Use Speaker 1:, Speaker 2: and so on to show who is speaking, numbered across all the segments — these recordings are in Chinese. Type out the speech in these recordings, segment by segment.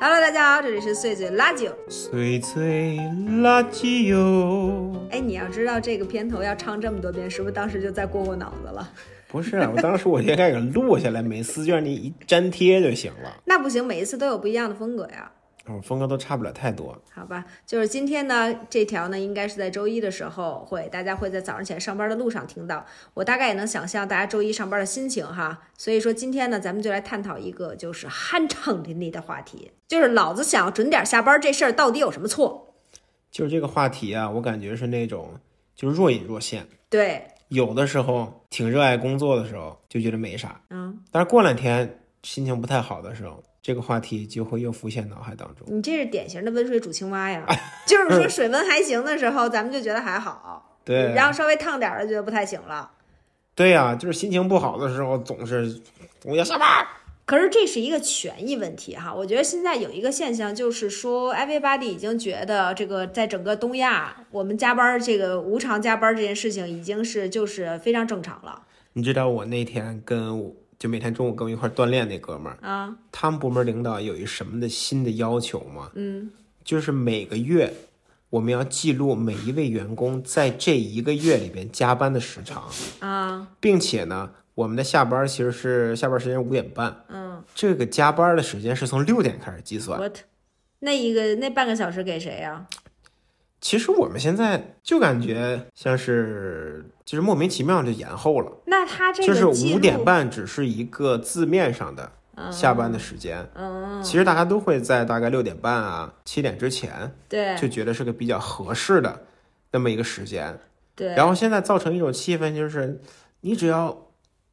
Speaker 1: Hello，大家好，这里是碎嘴拉酒。
Speaker 2: 碎碎垃圾哟。
Speaker 1: 哎，你要知道这个片头要唱这么多遍，是不是当时就在过过脑子了？
Speaker 2: 不是、啊，我当时我应该给录下来，每次就让你一粘贴就行了。
Speaker 1: 那不行，每一次都有不一样的风格呀。
Speaker 2: 我风格都差不了太多。
Speaker 1: 好吧，就是今天呢，这条呢应该是在周一的时候会，大家会在早上起来上班的路上听到。我大概也能想象大家周一上班的心情哈。所以说今天呢，咱们就来探讨一个就是酣畅淋漓的话题，就是老子想准点下班这事儿到底有什么错？
Speaker 2: 就是这个话题啊，我感觉是那种就是若隐若现，
Speaker 1: 对，
Speaker 2: 有的时候挺热爱工作的时候就觉得没啥，
Speaker 1: 嗯，
Speaker 2: 但是过两天心情不太好的时候，这个话题就会又浮现脑海当中。
Speaker 1: 你这是典型的温水煮青蛙呀，就是说水温还行的时候，咱们就觉得还好，
Speaker 2: 对，啊
Speaker 1: 然后稍微烫点儿了，觉得不太行了。
Speaker 2: 对呀、就是心情不好的时候总是我要下班。
Speaker 1: 可是这是一个权益问题哈，我觉得现在有一个现象，就是说 everybody 已经觉得这个在整个东亚，我们加班儿这个无偿加班儿这件事情已经是就是非常正常了
Speaker 2: 你知道我那天跟我就每天中午跟我一块儿锻炼那哥们儿，
Speaker 1: 啊。
Speaker 2: 他们部门领导有一什么的新的要求吗？
Speaker 1: 嗯，
Speaker 2: 就是每个月我们要记录每一位员工在这一个月里边加班的时长，
Speaker 1: 啊，
Speaker 2: 并且呢，我们的下班其实是下班时间五点半，
Speaker 1: 嗯
Speaker 2: 这个加班的时间是从六点开始计算。
Speaker 1: ，what？那一个那半个小时给谁呀、
Speaker 2: 其实我们现在就感觉像是就是莫名其妙就延后了，
Speaker 1: 那他这
Speaker 2: 就
Speaker 1: 个
Speaker 2: 是
Speaker 1: 记
Speaker 2: 五
Speaker 1: 录
Speaker 2: 点，半只是一个字面上的
Speaker 1: 嗯
Speaker 2: 下班的时间。
Speaker 1: 嗯，
Speaker 2: 其实大家都会在大概六点半啊、七点之前
Speaker 1: 对
Speaker 2: 就觉得是个比较合适的那么一个时间，
Speaker 1: 对，
Speaker 2: 然后现在造成一种气氛，就是你只要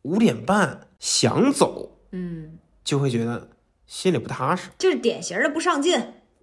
Speaker 2: 五点半想走，
Speaker 1: 嗯，
Speaker 2: 就会觉得心里不踏实。
Speaker 1: 就是典型的不上进，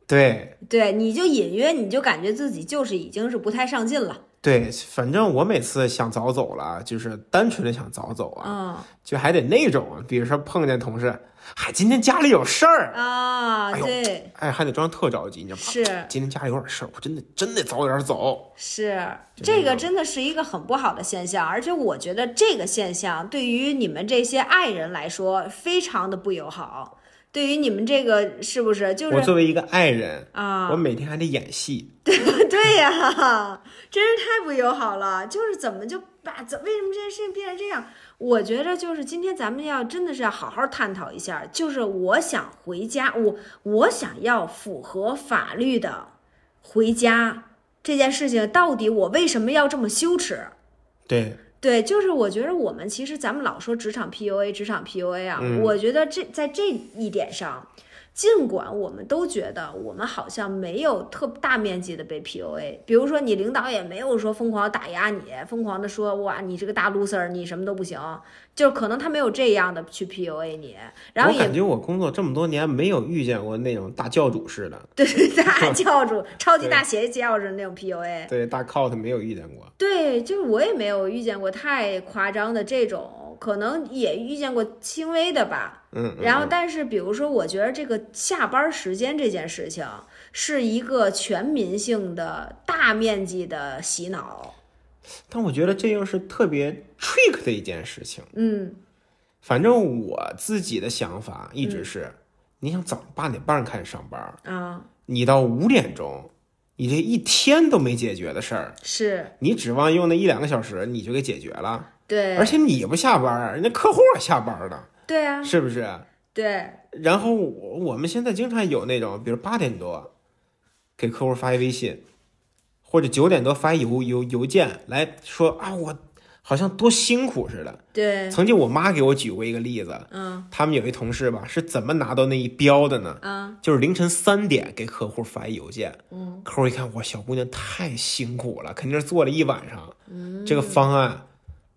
Speaker 2: 对
Speaker 1: 对，你就隐约你就感觉自己就是已经是不太上进了，
Speaker 2: 对，反正我每次想早走了，就是单纯的想早走啊，
Speaker 1: 嗯。
Speaker 2: 就还得那种，啊比如说碰见同事，嗨，今天家里有事儿，
Speaker 1: 啊，
Speaker 2: 哎呦
Speaker 1: 对，
Speaker 2: 哎，还得装特着急，你知道吗？
Speaker 1: 是
Speaker 2: 今天家里有点事儿，我真的真得早点走。
Speaker 1: 是，
Speaker 2: 就
Speaker 1: 这
Speaker 2: 那
Speaker 1: 个
Speaker 2: 种
Speaker 1: 真的是一个很不好的现象，而且我觉得这个现象对于你们这些爱人来说非常的不友好，对于你们这个是不是就
Speaker 2: 我
Speaker 1: 是
Speaker 2: 作为一个爱人，
Speaker 1: 啊
Speaker 2: 我，每天还得演戏，
Speaker 1: 对呀、真是太不友好了，就是怎么就把怎为什么这件事情变成这样？我觉着就是今天咱们要真的是要好好探讨一下，就是我想回家，我我想要符合法律的回家这件事情，到底我为什么要这么羞耻？
Speaker 2: 对，
Speaker 1: 对，就是我觉得我们其实咱们老说职场 PUA，职场 PUA 啊，
Speaker 2: 嗯
Speaker 1: 我觉得这在这一点上，尽管我们都觉得我们好像没有特大面积的被 PUA，比如说你领导也没有说疯狂打压你，疯狂的说哇你这个大 loser，你什么都不行，就是可能他没有这样的去 PUA 你，然后
Speaker 2: 我
Speaker 1: 也
Speaker 2: 感觉我工作这么多年没有遇见过那种大教主似的，
Speaker 1: 对 大教主、超级
Speaker 2: 对
Speaker 1: 大邪教的那种 PUA。
Speaker 2: 对大 cult 没有遇见过。
Speaker 1: 对，就是我也没有遇见过太夸张的这种，可能也遇见过轻微的吧。
Speaker 2: 嗯，嗯
Speaker 1: 然后，
Speaker 2: 嗯
Speaker 1: 但是比如说，我觉得这个下班时间这件事情是一个全民性的大面积的洗脑。
Speaker 2: 但我觉得这又是特别 trick 的一件事情。
Speaker 1: 嗯
Speaker 2: 反正我自己的想法一直是，
Speaker 1: 嗯
Speaker 2: 你想早八点半开始上班，
Speaker 1: 啊，
Speaker 2: 你到五点钟，你这一天都没解决的事儿，
Speaker 1: 是
Speaker 2: 你指望用那一两个小时你就给解决了？
Speaker 1: 对
Speaker 2: 而，且你不下班儿，人家客户也下班儿呢，
Speaker 1: 对啊，
Speaker 2: 是不是？
Speaker 1: 对，
Speaker 2: 然后我我们现在经常有那种，比如八点多给客户发一微信，或者九点多发一邮邮邮件来说啊，我好像多辛苦似的。
Speaker 1: 对，
Speaker 2: 曾经我妈给我举过一个例子，
Speaker 1: 嗯
Speaker 2: 他们有一同事吧，是怎么拿到那一标的呢？
Speaker 1: 啊，
Speaker 2: 就是凌晨三点给客户发一邮件，
Speaker 1: 嗯
Speaker 2: 客户一看，我小姑娘太辛苦了，肯定是做了一晚上，这个方案，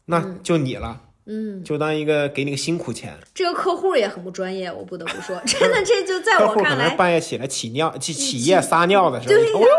Speaker 2: 那就你了，
Speaker 1: 嗯，
Speaker 2: 就当一个给你个辛苦钱。
Speaker 1: 这个客户也很不专业，我不得不说，真的，这就在
Speaker 2: 客
Speaker 1: 我
Speaker 2: 户可
Speaker 1: 看
Speaker 2: 能
Speaker 1: 来
Speaker 2: 是，半夜起来起尿、起起
Speaker 1: 起
Speaker 2: 夜撒尿的时候，哦
Speaker 1: 对
Speaker 2: 你瞅
Speaker 1: 呀
Speaker 2: 瞅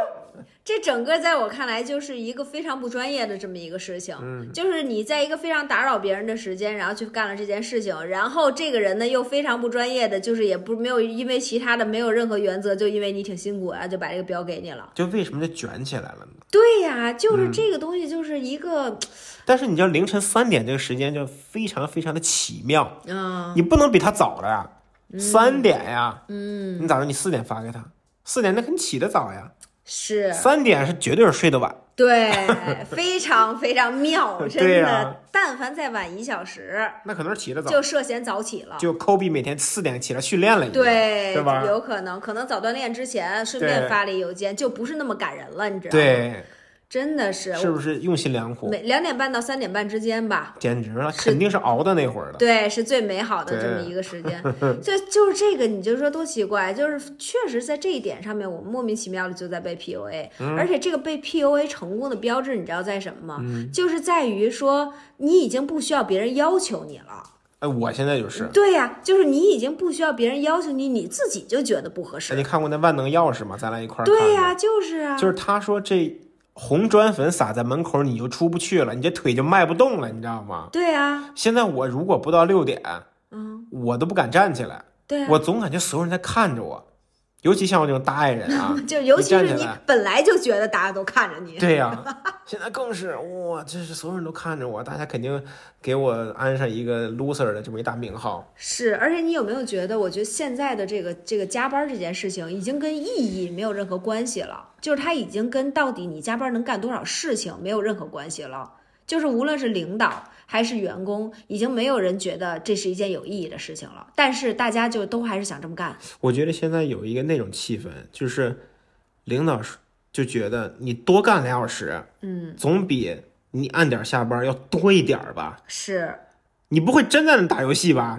Speaker 1: 这整个在我看来就是一个非常不专业的这么一个事情，
Speaker 2: 嗯
Speaker 1: 就是你在一个非常打扰别人的时间，然后去干了这件事情，然后这个人呢又非常不专业的，就是也不没有因为其他的没有任何原则，就因为你挺辛苦啊，就把这个标给你了。
Speaker 2: 就为什么就卷起来了呢？
Speaker 1: 对呀、
Speaker 2: 嗯
Speaker 1: 就是这个东西就是一个，
Speaker 2: 但是你知道凌晨三点这个时间就非常非常的奇妙，
Speaker 1: 嗯，
Speaker 2: 你不能比他早了呀。三点呀，
Speaker 1: 嗯，
Speaker 2: 你早上你四点发给他，四点那肯起得早呀，
Speaker 1: 是
Speaker 2: 三点是绝对是睡得晚，
Speaker 1: 对，非常非常 妙，真
Speaker 2: 对
Speaker 1: 的。
Speaker 2: 呀
Speaker 1: 但凡再晚一小时，
Speaker 2: 那可能是起得早，
Speaker 1: 就涉嫌早起了。
Speaker 2: 就科比每天四点起来训练了一样，
Speaker 1: 对，
Speaker 2: 对吧
Speaker 1: 有可能，可能早锻炼之前顺便
Speaker 2: 对
Speaker 1: 发了一邮件，就不是那么感人了，你知道吗？，
Speaker 2: 对，
Speaker 1: 真的是，
Speaker 2: 是不是用心良苦？
Speaker 1: 每两点半到三点半之间吧，
Speaker 2: 简直了，
Speaker 1: 是
Speaker 2: 肯定是熬到那会儿的。
Speaker 1: 对，是最美好的这么
Speaker 2: 对
Speaker 1: 一个时 间。就就是这个，你就说多奇怪，就是确实在这一点上面，我们莫名其妙的就在被 PUA，、而
Speaker 2: 嗯
Speaker 1: 且这个被 PUA 成功的标志，你知道在什么吗？
Speaker 2: 嗯
Speaker 1: 就是在于说你已经不需要别人要求你了。
Speaker 2: 哎，我现在就是，
Speaker 1: 对呀、就是你已经不需要别人要求你，你自己就觉得不合
Speaker 2: 哎
Speaker 1: 适
Speaker 2: 你。看过那万能钥匙吗？咱俩一块儿看
Speaker 1: 对
Speaker 2: 的
Speaker 1: 呀、就是啊，
Speaker 2: 就是他说这红砖粉撒在门口，你就出不去了，你这腿就迈不动了，你知道吗？
Speaker 1: 对啊呀、
Speaker 2: 现在我如果不到六点，
Speaker 1: 嗯，
Speaker 2: 我都不敢站起来，
Speaker 1: 对呀、，
Speaker 2: 我总感觉所有人在看着我，尤其像我这种大爱人啊
Speaker 1: 就尤其
Speaker 2: 你
Speaker 1: 是
Speaker 2: 站起
Speaker 1: 你
Speaker 2: 来
Speaker 1: 本来就觉得大家都看着你，
Speaker 2: 对呀、现在更是哇，这是所有人都看着我，大家肯定给我安上一个 loser 的这么一大名号。
Speaker 1: 是，而且你有没有觉得，我觉得现在的这个这个加班这件事情，已经跟意义没有任何关系了，就是它已经跟到底你加班能干多少事情没有任何关系了。就是无论是领导还是员工，已经没有人觉得这是一件有意义的事情了。但是大家就都还是想这么干，
Speaker 2: 我觉得现在有一个那种气氛，就是领导说就觉得你多干俩小时，
Speaker 1: 嗯，
Speaker 2: 总比你按点儿下班要多一点儿吧。
Speaker 1: 是，
Speaker 2: 你不会真在那打游戏吧？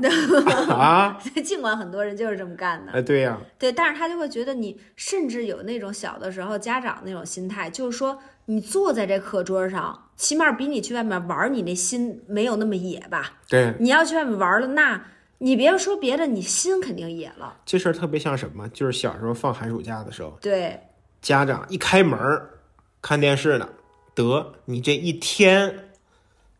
Speaker 2: 啊，
Speaker 1: 尽管很多人就是这么干的，
Speaker 2: 哎，对呀、
Speaker 1: 对，但是他就会觉得你，甚至有那种小的时候家长那种心态，就是说你坐在这课桌上，起码比你去外面玩儿，你那心没有那么野吧？
Speaker 2: 对，
Speaker 1: 你要去外面玩儿了，那你别说别的，你心肯定野了。
Speaker 2: 这事儿特别像什么？就是小时候放寒暑假的时候，
Speaker 1: 对，
Speaker 2: 家长一开门儿看电视呢，得你这一天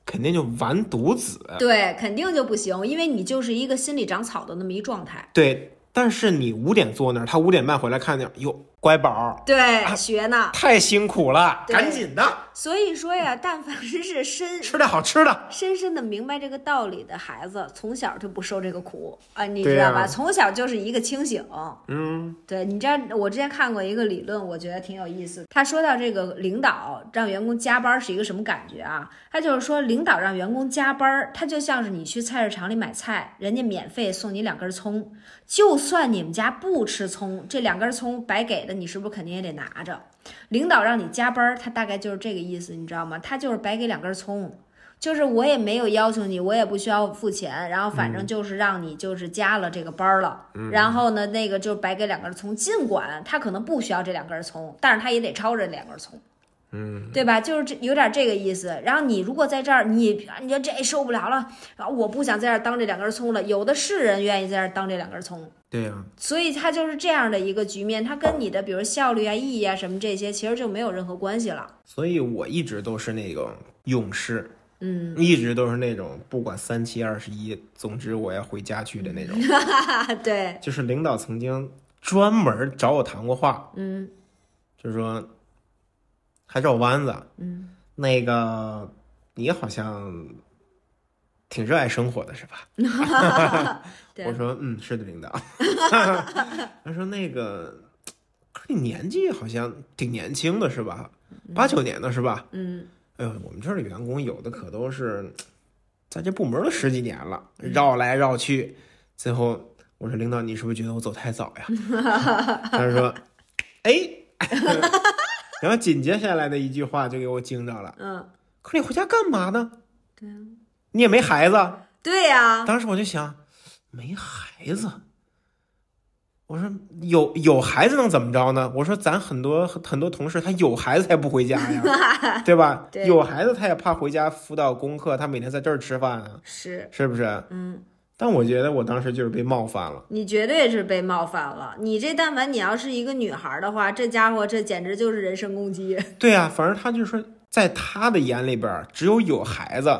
Speaker 2: 肯定就完犊子。
Speaker 1: 对，肯定就不行，因为你就是一个心里长草的那么一状态。
Speaker 2: 对，但是你五点坐那儿，他五点半回来看见，哟，乖宝儿，
Speaker 1: 对，学呢。
Speaker 2: 太辛苦了，
Speaker 1: 对
Speaker 2: 赶紧的，
Speaker 1: 所以说呀，但凡是深
Speaker 2: 吃点好吃的。
Speaker 1: 深深的明白这个道理的孩子，从小就不受这个苦啊，你
Speaker 2: 对
Speaker 1: 知道
Speaker 2: 呀
Speaker 1: 吧？从小就是一个清醒。
Speaker 2: 嗯，
Speaker 1: 对你知道，我之前看过一个理论，我觉得挺有意思的。他说到这个领导让员工加班是一个什么感觉啊？他就是说，领导让员工加班，他就像是你去菜市场里买菜，人家免费送你两根葱，就算你们家不吃葱，这两根葱白给的，你是不是肯定也得拿着？领导让你加班，他大概就是这个意思，你知道吗？他就是白给两根葱。就是我也没有要求你，我也不需要付钱，然后反正就是让你就是加了这个班儿了，然后呢，那个就白给两根葱，尽管他可能不需要这两根葱，但是他也得抄着两根葱，嗯，对吧？就是这有点这个意思。然后你如果在这儿，你你说这受不了了，啊我不想在这儿当这两根葱了，有的是人愿意在这儿当这两根葱，
Speaker 2: 对呀、
Speaker 1: 所以它就是这样的一个局面，它跟你的比如效率啊、意义啊什么这些，其实就没有任何关系了。
Speaker 2: 所以我一直都是那个勇士，
Speaker 1: 嗯，
Speaker 2: 一直都是那种不管三七二十一，总之我要回家去的那种。
Speaker 1: 对，
Speaker 2: 就是领导曾经专门找我谈过话，
Speaker 1: 嗯
Speaker 2: 就是说还绕弯子，
Speaker 1: 嗯，
Speaker 2: 那个你好像挺热爱生活的是吧？
Speaker 1: 对
Speaker 2: 我，说嗯，是的， 领导。他说那个，可是你年纪好像挺年轻的是吧？八九年的是吧？
Speaker 1: 嗯
Speaker 2: 哎呦，我们这儿的员工有的可都是在这部门都十几年了，绕来绕去，最后我说领导，你是不是觉得我走 太早呀？他就说，哎， 然后紧接下来的一句话就给我惊着了，
Speaker 1: 嗯。
Speaker 2: 可是你回家干嘛呢？
Speaker 1: 对啊
Speaker 2: 你也没孩子。
Speaker 1: 对呀、
Speaker 2: 当时我就想，没孩子。我说有有孩子能怎么着呢？我说咱很多很多同事他有孩子他也不回家 呀，对吧？
Speaker 1: 对
Speaker 2: 有孩子他也怕回家辅导功课，他每天在这儿吃饭啊，
Speaker 1: 是，
Speaker 2: 是不是？
Speaker 1: 嗯，
Speaker 2: 但我觉得我当时就是被冒犯了。
Speaker 1: 你绝对是被冒犯了。你这但凡你要是一个女孩儿的话，这家伙这简直就是人身攻击。
Speaker 2: 对啊，反正他就说，在他的眼里边儿，只有有孩子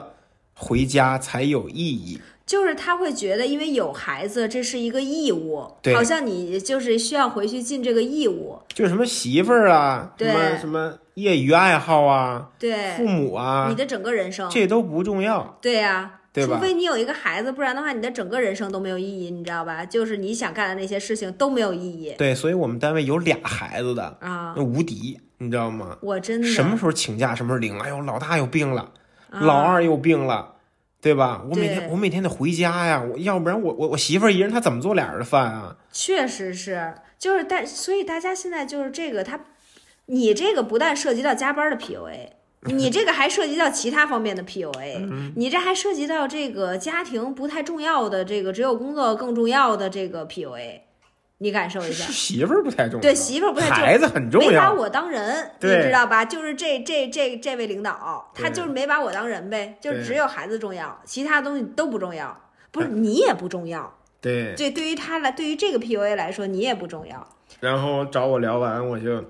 Speaker 2: 回家才有意义。
Speaker 1: 就是他会觉得，因为有孩子，这是一个义务，
Speaker 2: 对
Speaker 1: 好像你就是需要回去尽这个义务。
Speaker 2: 就什么媳妇儿啊，什么
Speaker 1: 对
Speaker 2: 什么业余爱好啊，
Speaker 1: 对
Speaker 2: 父，母啊
Speaker 1: 你，的整个人生，
Speaker 2: 这都不重要。
Speaker 1: 对呀、啊
Speaker 2: 对
Speaker 1: 除
Speaker 2: 吧？
Speaker 1: 非你有一个孩子，不然的话，你的整个人生都没有意义，你知道吧？就是你想干的那些事情都没有意义
Speaker 2: 对，所以我们单位有俩孩子的，
Speaker 1: 啊！
Speaker 2: 那无敌，你知道吗？
Speaker 1: 我真的
Speaker 2: 什么时候请假，什么时候领。哎呦，老大又病了，
Speaker 1: 啊
Speaker 2: 老二又病了，对吧？我每天
Speaker 1: 对
Speaker 2: 我每天得回家呀，我要不然我我我媳妇儿一人她怎么做俩人的饭啊？
Speaker 1: 确实是，就是大，所以大家现在就是这个，他，你这个不但涉及到加班的 PUA，你这个还涉及到其他方面的
Speaker 2: 嗯
Speaker 1: PUA，你这还涉及到这个家庭不太重要的这个只有工作更重要的这个 PUA，你感受一
Speaker 2: 是
Speaker 1: 下
Speaker 2: 是。媳妇儿不太重要，
Speaker 1: 对媳妇儿不太重要
Speaker 2: 孩子很重
Speaker 1: 没把
Speaker 2: 要。
Speaker 1: 我当人，你
Speaker 2: 对
Speaker 1: 知道吧？就是这这这这位领导，他
Speaker 2: 对
Speaker 1: 就是没把我当人呗，就是
Speaker 2: 对
Speaker 1: 只有孩子重要，其他东西都不重要。不是
Speaker 2: 哎
Speaker 1: 你也不重要，
Speaker 2: 对，
Speaker 1: 对，对于他来，对于这个 PUA 来说，你也不重要。
Speaker 2: 然后找我聊完，我就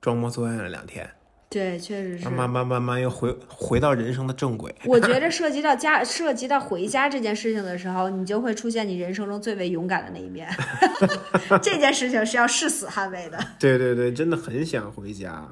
Speaker 2: 装模作样了两天，
Speaker 1: 对，确实是。
Speaker 2: 慢慢慢慢又回回到人生的正轨。
Speaker 1: 我觉着涉及到家、 涉及到回家这件事情的时候，你就会出现你人生中最为勇敢的那一 面。这件事情是要誓死捍卫的。
Speaker 2: 对对对，真的很想回 家。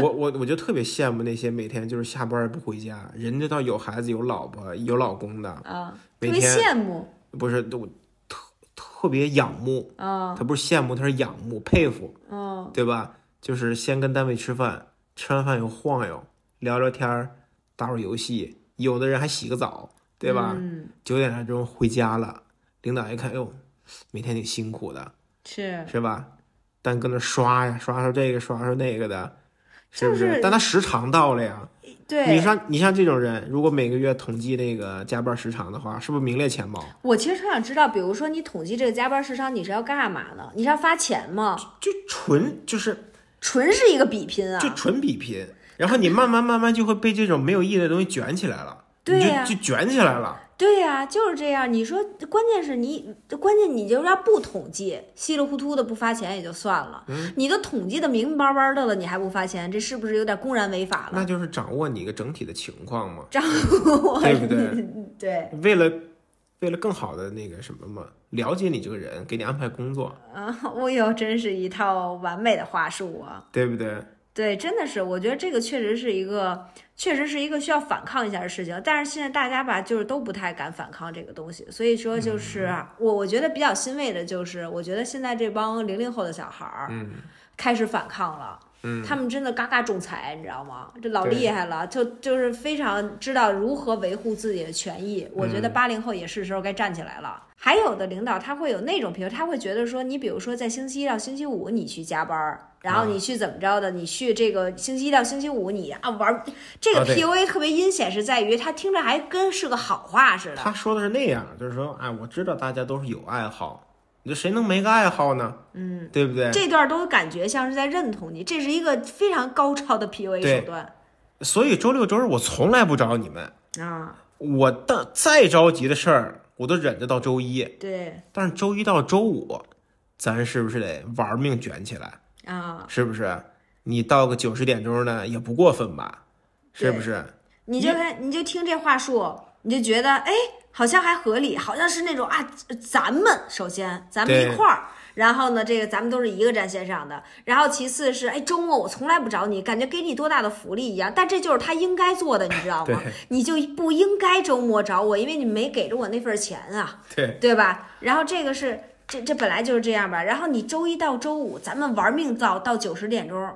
Speaker 2: 我我我就特别羡慕那些每天就是下班儿不回家，人家倒有孩子有老婆有老公的，
Speaker 1: 啊，特
Speaker 2: 每
Speaker 1: 别
Speaker 2: 天
Speaker 1: 羡慕
Speaker 2: 不是我特特别仰慕。
Speaker 1: 啊，
Speaker 2: 他不是羡慕，他是仰慕佩服，
Speaker 1: 嗯，
Speaker 2: 对吧？就是先跟单位吃饭，吃完饭又晃悠，聊聊天儿，打会儿游戏，有的人还洗个澡，对吧？
Speaker 1: 嗯，
Speaker 2: 九点来钟回家了，领导一看，哟，每天挺辛苦的，
Speaker 1: 是，
Speaker 2: 是吧？但搁那刷呀，刷刷这个，刷刷那个的，是不
Speaker 1: 就是
Speaker 2: 但他时长到了呀。你
Speaker 1: 对。
Speaker 2: 像你像这种人，如果每个月统计那个加班时长的话，是不是名列前茅？
Speaker 1: 我其实特想知道，比如说你统计这个加班时长，你是要干嘛呢？你是要发钱吗？
Speaker 2: 就纯就是
Speaker 1: 纯是一个比拼啊
Speaker 2: 就！纯比拼，然后你慢慢慢慢就会被这种没有意义的东西卷起来了，
Speaker 1: 对
Speaker 2: 你
Speaker 1: 呀
Speaker 2: 就就卷起来了。
Speaker 1: 对呀、就是这样。你说，关键是你，关键你就要不统计，稀里糊涂的不发钱也就算了，你都统计的明明白白的了，你还不发钱，这是不是有点公然违法了？
Speaker 2: 那就是掌握你一个整体的情况嘛，
Speaker 1: 账户，
Speaker 2: 对不对？
Speaker 1: 对，
Speaker 2: 为了为了更好的那个什么嘛，了解你这个人，给你安排工作，
Speaker 1: 啊，我有真是一套完美的话术啊！
Speaker 2: 对不对？
Speaker 1: 对，真的是，我觉得这个确实是一个，确实是一个需要反抗一下的事情。但是现在大家吧，就是都不太敢反抗这个东西，所以说就是
Speaker 2: 嗯
Speaker 1: 我我觉得比较欣慰的就是，我觉得现在这帮零零后的小孩儿，
Speaker 2: 嗯，
Speaker 1: 开始反抗了。
Speaker 2: 嗯
Speaker 1: 他们真的嘎嘎仲裁，你知道吗？这老
Speaker 2: 对
Speaker 1: 厉害了，就就是非常知道如何维护自己的权益。我觉得
Speaker 2: 嗯
Speaker 1: 八零后也是时候该站起来了。还有的领导他会有那种，比如他会觉得说，你比如说在星期一到星期五你去加班儿，然后
Speaker 2: 啊
Speaker 1: 你去怎么着的，你去这个星期一到星期五你啊玩儿，这个
Speaker 2: 啊对
Speaker 1: PUA 特别阴险是在于他听着还跟是个好话似的。
Speaker 2: 他说的是那样，就是说，哎，我知道大家都是有爱好，你说谁能没个爱好呢？嗯，对不对？
Speaker 1: 这段都感觉像是在认同你，这是一个非常高超的 PUA
Speaker 2: 对
Speaker 1: 手段
Speaker 2: 所以周六周日我从来不找你们，
Speaker 1: 啊！
Speaker 2: 我但再着急的事儿我都忍着到周一，
Speaker 1: 对
Speaker 2: 但是周一到周五，咱是不是得玩命卷起来？
Speaker 1: 啊，
Speaker 2: 是不是？你到个九十点钟呢，也不过分吧？是不是？
Speaker 1: 你就看，你就听这话术，你就觉得哎，好像还合理，好像是那种啊，咱们首先咱们一
Speaker 2: 对
Speaker 1: 块儿，然后呢，这个咱们都是一个战线上的，然后其次是哎，周末我从来不找你，感觉给你多大的福利一样，但这就是他应该做的，你知道吗
Speaker 2: 对？
Speaker 1: 你就不应该周末找我，因为你没给着我那份钱啊。
Speaker 2: 对
Speaker 1: 对吧？然后这个是这这本来就是这样吧。然后你周一到周五咱们玩命造到九十点钟，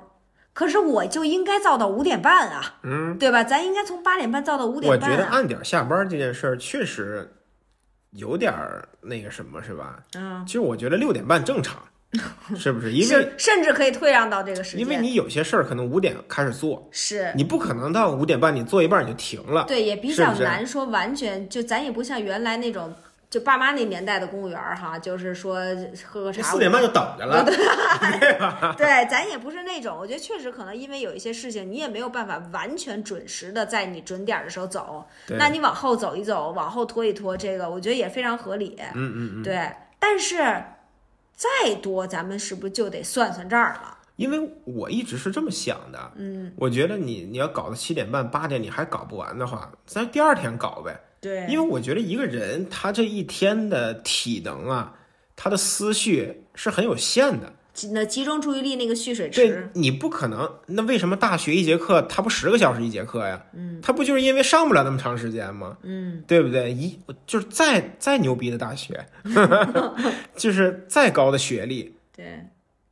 Speaker 1: 可是我就应该造到五点半啊，嗯，对吧？咱应该从八点半造到五
Speaker 2: 我
Speaker 1: 点
Speaker 2: 觉
Speaker 1: 半
Speaker 2: 得
Speaker 1: 啊。
Speaker 2: 按点下班这件事儿确实有点儿那个什么，是吧？
Speaker 1: 嗯，
Speaker 2: 其实我觉得六点半正常，是不是？因为
Speaker 1: 甚甚至可以退让到这个时间，
Speaker 2: 因为你有些事儿可能五点开始做，
Speaker 1: 是
Speaker 2: 你不可能到五点半你做一半你就停了。
Speaker 1: 对，也比
Speaker 2: 啊是
Speaker 1: 较
Speaker 2: 不是
Speaker 1: 难说完全，就咱也不像原来那种，就爸妈那年代的公务员儿哈，就是说喝个
Speaker 2: 这
Speaker 1: 茶，
Speaker 2: 四点半就等着了，
Speaker 1: 对，咱也不是那种，我觉得确实可能因为有一些事情，你也没有办法完全准时的在你准点儿的时候走，
Speaker 2: 对
Speaker 1: 那你往后走一走，往后拖一拖，这个我觉得也非常合理。
Speaker 2: 嗯嗯嗯，
Speaker 1: 对，但是再多，咱们是不是就得算算账了？
Speaker 2: 因为我一直是这么想的，嗯，我觉得你你要搞到七点半八点你还搞不完的话，咱第二天搞呗，
Speaker 1: 对，
Speaker 2: 因为我觉得一个人他这一天的体能啊，他的思绪是很有限的，
Speaker 1: 集那集中注意力那个蓄水
Speaker 2: 对
Speaker 1: 池，
Speaker 2: 你不可能。那为什么大学一节课他不十个小时一节课呀？嗯，他不就是因为上不了那么长时间吗？
Speaker 1: 嗯，
Speaker 2: 对不对？一就是再再牛逼的 大学， 就是再高的学历，
Speaker 1: 对，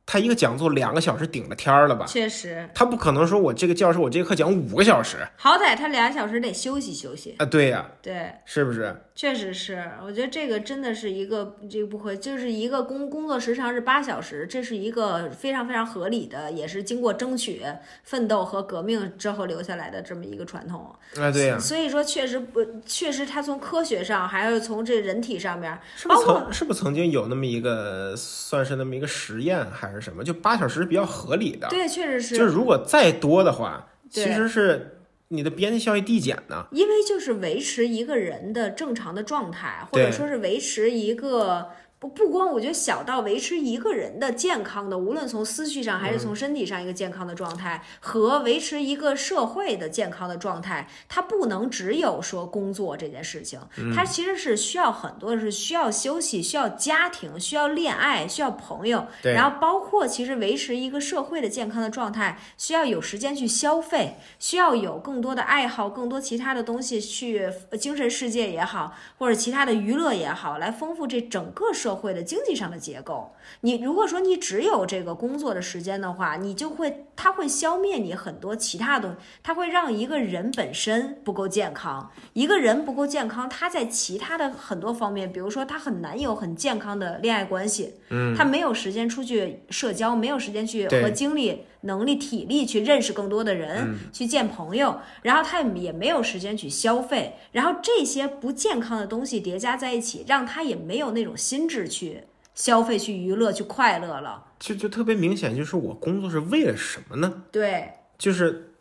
Speaker 2: 他一个讲座两个小时顶了天儿了吧？
Speaker 1: 确实，
Speaker 2: 他不可能说我这个教室我这个课讲五个小时
Speaker 1: 好歹他俩小时得休息休息，
Speaker 2: 啊？对呀、
Speaker 1: 对。
Speaker 2: 是不是？
Speaker 1: 确实是，我觉得这个真的是一个这个不合，就是一个工工作时长是八小时，这是一个非常非常合理的，也是经过争取、奋斗和革命之后留下来的这么一个传统。
Speaker 2: 啊，对呀、
Speaker 1: 所以说，确实不，确实它从科学上，还有从这人体上面，
Speaker 2: 是不
Speaker 1: 包
Speaker 2: 是
Speaker 1: 括
Speaker 2: 曾是不是曾经有那么一个算是那么一个实验还是什么？就八小时是比较合理的，
Speaker 1: 对，确实，
Speaker 2: 就是是如果再多的话，
Speaker 1: 对
Speaker 2: 其实是你的边际效益递减呢。
Speaker 1: 因为就是维持一个人的正常的状态，或
Speaker 2: 对
Speaker 1: 者说是维持一个不不光我觉得小到维持一个人的健康的，无论从思绪上还是从身体上一个健康的状态，和维持一个社会的健康的状态，它不能只有说工作这件事情，它其实是需要很多是需要休息，需要家庭，需要恋爱，需要朋友，
Speaker 2: 对
Speaker 1: 然后包括其实维持一个社会的健康的状态，需要有时间去消费，需要有更多的爱好，更多其他的东西去呃精神世界也好，或者其他的娱乐也好，来丰富这整个社会的经济上的结构。你如果说你只有这个工作的时间的话，你就会它会消灭你很多其他东西，它会让一个人本身不够健康。一个人不够健康，他在其他的很多方面，比如说他很难有很健康的恋爱关系，嗯，他没有时间出去社交，没有时间去
Speaker 2: 对
Speaker 1: 和精力、能力、体力去认识更多的人，去见朋友，然后他也也没有时间去消费，然后这些不健康的东西叠加在一起，让他也没有那种心智去消费、去娱乐、去快乐了。
Speaker 2: 就就特别明显，就是我工作是为了什么呢？
Speaker 1: 对
Speaker 2: 就是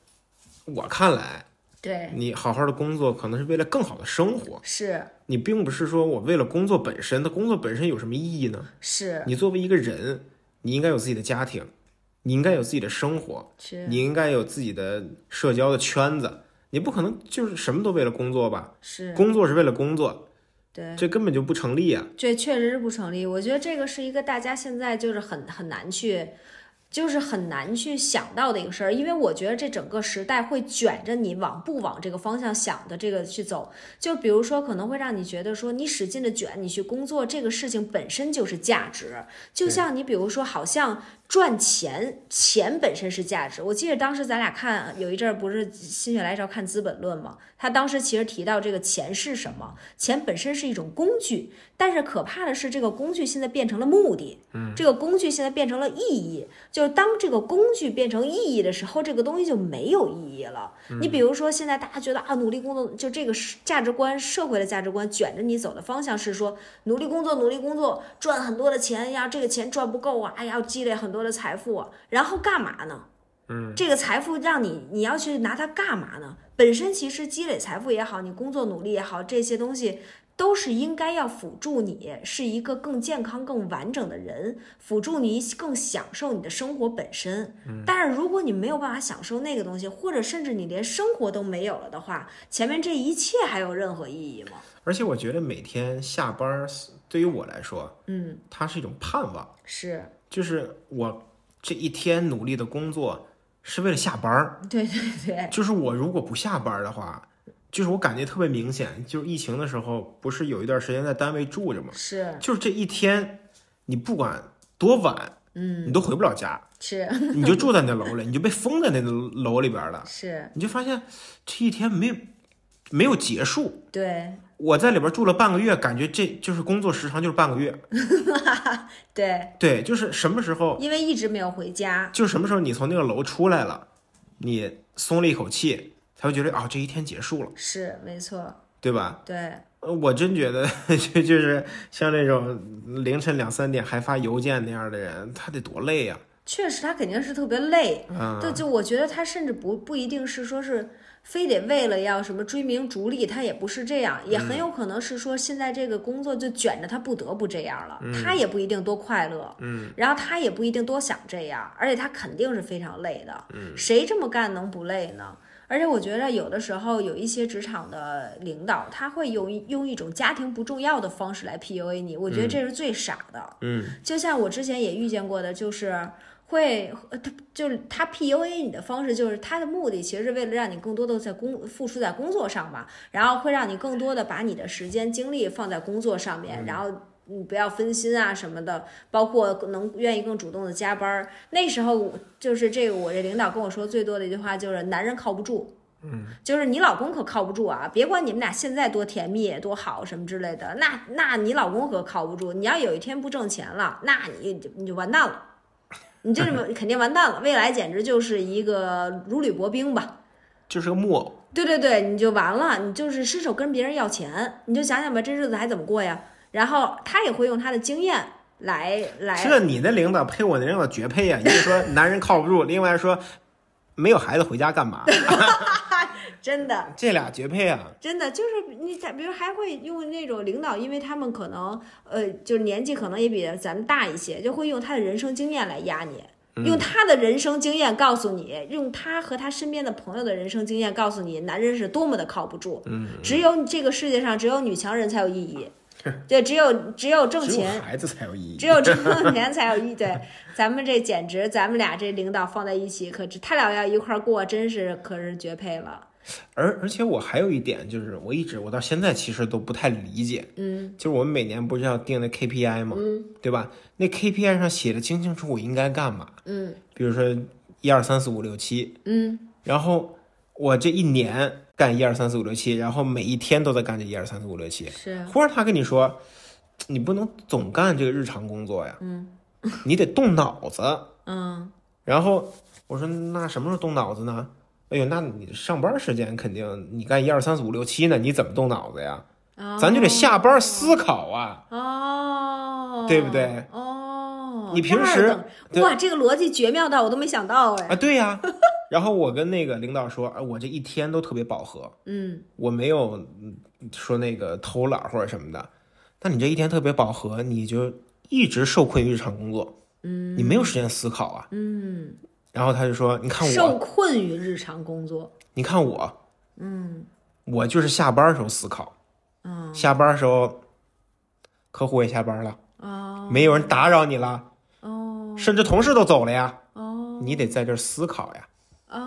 Speaker 2: 我看来，
Speaker 1: 对
Speaker 2: 你好好的工作可能是为了更好的生活，
Speaker 1: 是
Speaker 2: 你并不是说我为了工作本身，那工作本身有什么意义呢？
Speaker 1: 是
Speaker 2: 你作为一个人，你应该有自己的家庭，你应该有自己的生活，
Speaker 1: 是
Speaker 2: 你应该有自己的社交的圈子，你不可能就是什么都为了工作吧？
Speaker 1: 是，
Speaker 2: 工作是为了工作，
Speaker 1: 对。
Speaker 2: 这根本就不成立啊！
Speaker 1: 这确实是不成立。我觉得这个是一个大家现在就是很很难去，就是很难去想到的一个事儿，因为我觉得这整个时代会卷着你往不往这个方向想的这个去走。就比如说，可能会让你觉得说，你使劲的卷，你去工作这个事情本身就是价值。就像你比如说，好像赚钱，钱本身是价值。我记得当时咱俩看有一阵儿不是心血来潮看《资本论》嘛，他当时其实提到这个钱是什么，钱本身是一种工具，但是可怕的是这个工具现在变成了目的，嗯，这个工具现在变成了意义。就是当这个工具变成意义的时候，这个东西就没有意义了。你比如说，现在大家觉得啊，努力工作，就这个是价值观，社会的价值观卷着你走的方向是说，努力工作，努力工作，赚很多的钱呀，这个钱赚不够啊，哎呀，要积累很多的财富啊，然后干嘛呢？这个财富让你你要去拿它干嘛呢？本身其实积累财富也好，你工作努力也好，这些东西都是应该要辅助你是一个更健康、更完整的人，辅助你更享受你的生活本身。但是如果你没有办法享受那个东西，或者甚至你连生活都没有了的话，前面这一切还有任何意义吗？
Speaker 2: 而且我觉得每天下班儿对于我来说，
Speaker 1: 嗯，
Speaker 2: 它是一种盼望。
Speaker 1: 是
Speaker 2: 就是我这一天努力的工作是为了下班儿，
Speaker 1: 对对对，
Speaker 2: 就是我如果不下班儿的话，就是我感觉特别明显，就是疫情的时候，不是有一段时间在单位住着嘛，
Speaker 1: 是
Speaker 2: 就是这一天，你不管多晚，嗯，你都回不了家，
Speaker 1: 是
Speaker 2: 你就住在那楼里，你就被封在那楼楼里边儿了，
Speaker 1: 是，
Speaker 2: 你就发现这一天没有没有结束，
Speaker 1: 对
Speaker 2: 我在里边住了半个月，感觉这就是工作时长就是半个月，
Speaker 1: 对，
Speaker 2: 对，就是什么时候
Speaker 1: 因为一直没有回家，
Speaker 2: 就什么时候你从那个楼出来了，你松了一口气，才会觉得啊、这一天结束了，
Speaker 1: 是没错，
Speaker 2: 对吧？
Speaker 1: 对
Speaker 2: 呃我真觉得 就就是像那种凌晨两三点还发邮件那样的人，他得多累呀、
Speaker 1: 确实，他肯定是特别累。
Speaker 2: 啊！
Speaker 1: 对，就我觉得他甚至不不一定是说是非得为了要什么追名逐利，他也不是这样，也
Speaker 2: 嗯
Speaker 1: 很有可能是说现在这个工作就卷着他不得不这样了，
Speaker 2: 嗯
Speaker 1: 他也不一定多快乐，嗯，然后他也不一定多想这样，而且他肯定是非常累的，嗯，谁这么干能不累呢？而且我觉得有的时候有一些职场的领导，他会用一用一种家庭不重要的方式来 PUA 你，我觉得这是最傻的。
Speaker 2: 嗯
Speaker 1: 就像我之前也遇见过的，就是会，呃他就是他 PUA 你的方式，就是他的目的其实是为了让你更多的在工付出在工作上嘛，然后会让你更多的把你的时间精力放在工作上面，然后。你不要分心啊什么的，包括能愿意更主动的加班儿。那时候我就是这个，我这领导跟我说最多的一句话就是“男人靠不住”，嗯，就是你老公可靠不住啊！别管你们俩现在多甜蜜多好什么之类的，那那你老公可靠不住。你要有一天不挣钱了，那你你就完蛋了，你这么肯定完蛋了，未来简直就是一个如履薄冰吧。
Speaker 2: 就是个木偶，
Speaker 1: 对对对，你就完了，你就是失手跟别人要钱，你就想想吧，这日子还怎么过呀？然后他也会用他的经验来来
Speaker 2: 这你的领导配我的领导绝配呀、一个说男人靠不住，另外说没有孩子回家干嘛？
Speaker 1: 真的
Speaker 2: 这俩绝配啊！
Speaker 1: 真的就是你在，比如还会用那种领导，因为他们可能呃，就是年纪可能也比咱们大一些，就会用他的人生经验来压你，用他的人生经验告诉你，用他和他身边的朋友的人生经验告诉你，男人是多么的靠不住。嗯，只有你这个世界上只有女强人才有意义，对，只有只有挣
Speaker 2: 只有
Speaker 1: 钱。
Speaker 2: 孩子才有意义。
Speaker 1: 只有挣钱才有意义。对，咱们这简直，咱们俩这领导放在一起，可是他俩要一块儿过，真是可是绝配了。
Speaker 2: 而而且我还有一点就是，我一直我到现在其实都不太理解，
Speaker 1: 嗯，
Speaker 2: 就是我们每年不是要定那 KPI 嘛，对吧？那 KPI 上写的清清楚楚我应该干嘛，
Speaker 1: 嗯
Speaker 2: 比如说一二三四五六七，
Speaker 1: 嗯
Speaker 2: 然后我这一年干一二三四五六七，然后每一天都在干这一二三四五六七，
Speaker 1: 是。
Speaker 2: 忽然他跟你说，你不能总干这个日常工作呀，你得动脑子，
Speaker 1: 嗯
Speaker 2: 然后我说那什么时候动脑子呢？哎呦，那你上班时间肯定你干一二三四五六七呢，你怎么动脑子呀？，
Speaker 1: 哦
Speaker 2: 咱就得下班思考啊。
Speaker 1: 哦，
Speaker 2: 对不对？
Speaker 1: 哦，
Speaker 2: 你平时
Speaker 1: 这儿
Speaker 2: 对
Speaker 1: 等哇，这个逻辑绝妙到我都没想到哎。
Speaker 2: 啊，对呀、然后我跟那个领导说，啊，我这一天都特别饱和，
Speaker 1: 嗯
Speaker 2: 我没有嗯说那个偷懒或者什么的。但你这一天特别饱和，你就一直受困于日常工作，
Speaker 1: 嗯
Speaker 2: 你没有时间思考啊。
Speaker 1: 嗯，
Speaker 2: 然后他就说，你看我，
Speaker 1: 受困于日常工作。
Speaker 2: 你看我，
Speaker 1: 嗯
Speaker 2: 我就是下班时候思考，
Speaker 1: 嗯
Speaker 2: 下班时候客户也下班了。
Speaker 1: 哦
Speaker 2: 没有人打扰你了，
Speaker 1: 哦
Speaker 2: 甚至同事都走了呀，
Speaker 1: 哦
Speaker 2: 你得在这儿思考呀。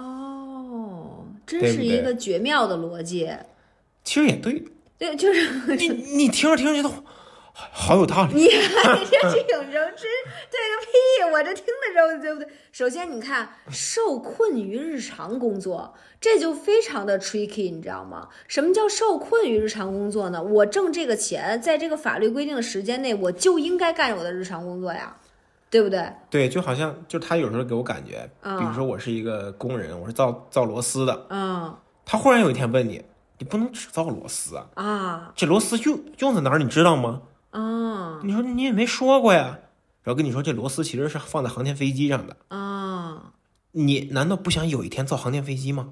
Speaker 1: 哦，真
Speaker 2: 对不
Speaker 1: 是
Speaker 2: 对
Speaker 1: 一个绝妙的逻辑。
Speaker 2: 其实也对，
Speaker 1: 对，就是
Speaker 2: 你你听着听着觉得好好有道理，
Speaker 1: 你 看这这种时候真对个屁！我这听的时候对不对？首先你看，受困于日常工作，这就非常的 tricky，你知道吗？什么叫受困于日常工作呢？我挣这个钱，在这个法律规定的时间内，我就应该干我的日常工作呀，对不对？
Speaker 2: 对，就好像就他有时候给我感觉，
Speaker 1: 啊
Speaker 2: 比如说我是一个工人，我是造造螺丝的，
Speaker 1: 嗯
Speaker 2: 他忽然有一天问你，你不能只造螺丝啊，
Speaker 1: 啊
Speaker 2: 这螺丝用用在哪儿你知道吗？
Speaker 1: 啊
Speaker 2: 你说你也没说过呀，然后跟你说这螺丝其实是放在航天飞机上的，
Speaker 1: 啊！
Speaker 2: 你难道不想有一天造航天飞机吗？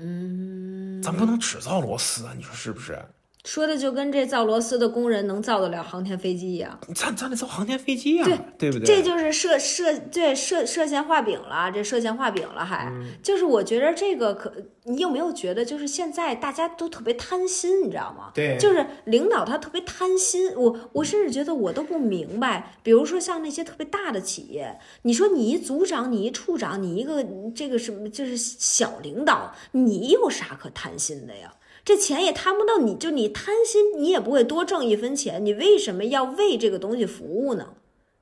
Speaker 1: 嗯，
Speaker 2: 咱不能只造螺丝啊，你说是不是？
Speaker 1: 说的就跟这造螺丝的工人能造得了航天飞机一样。
Speaker 2: 咱咱得造航天飞机呀、对不对？
Speaker 1: 这就是涉涉对涉涉嫌画饼了，这涉嫌画饼了还，
Speaker 2: 嗯
Speaker 1: 就是我觉得这个可，你有没有觉得就是现在大家都特别贪心，你知道吗？
Speaker 2: 对
Speaker 1: 就是领导他特别贪心，我我甚至觉得我都不明白，比如说像那些特别大的企业，你说你一组长，你一处长，你一个这个什么就是小领导，你有啥可贪心的呀？这钱也贪不到你，就你贪心，你也不会多挣一分钱，你为什么要为这个东西服务呢？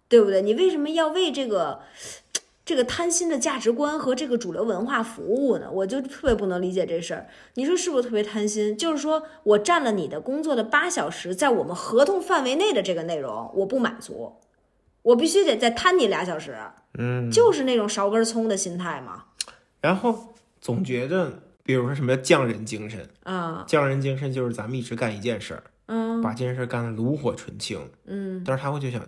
Speaker 1: 对不对？你为什么要为这个这个贪心的价值观和这个主流文化服务呢？我就特别不能理解这事儿。你说是不是特别贪心？就是说我占了你的工作的八小时，在我们合同范围内的这个内容，我不满足，我必须得再贪你俩小时。嗯，就是那种少根葱的心态嘛。
Speaker 2: 然后总觉着，比如说什么叫匠人精神，
Speaker 1: 啊，
Speaker 2: 匠人精神就是咱们一直干一件事儿，
Speaker 1: 嗯
Speaker 2: 把这件事儿干得炉火纯青。
Speaker 1: 嗯
Speaker 2: 但是他会就想，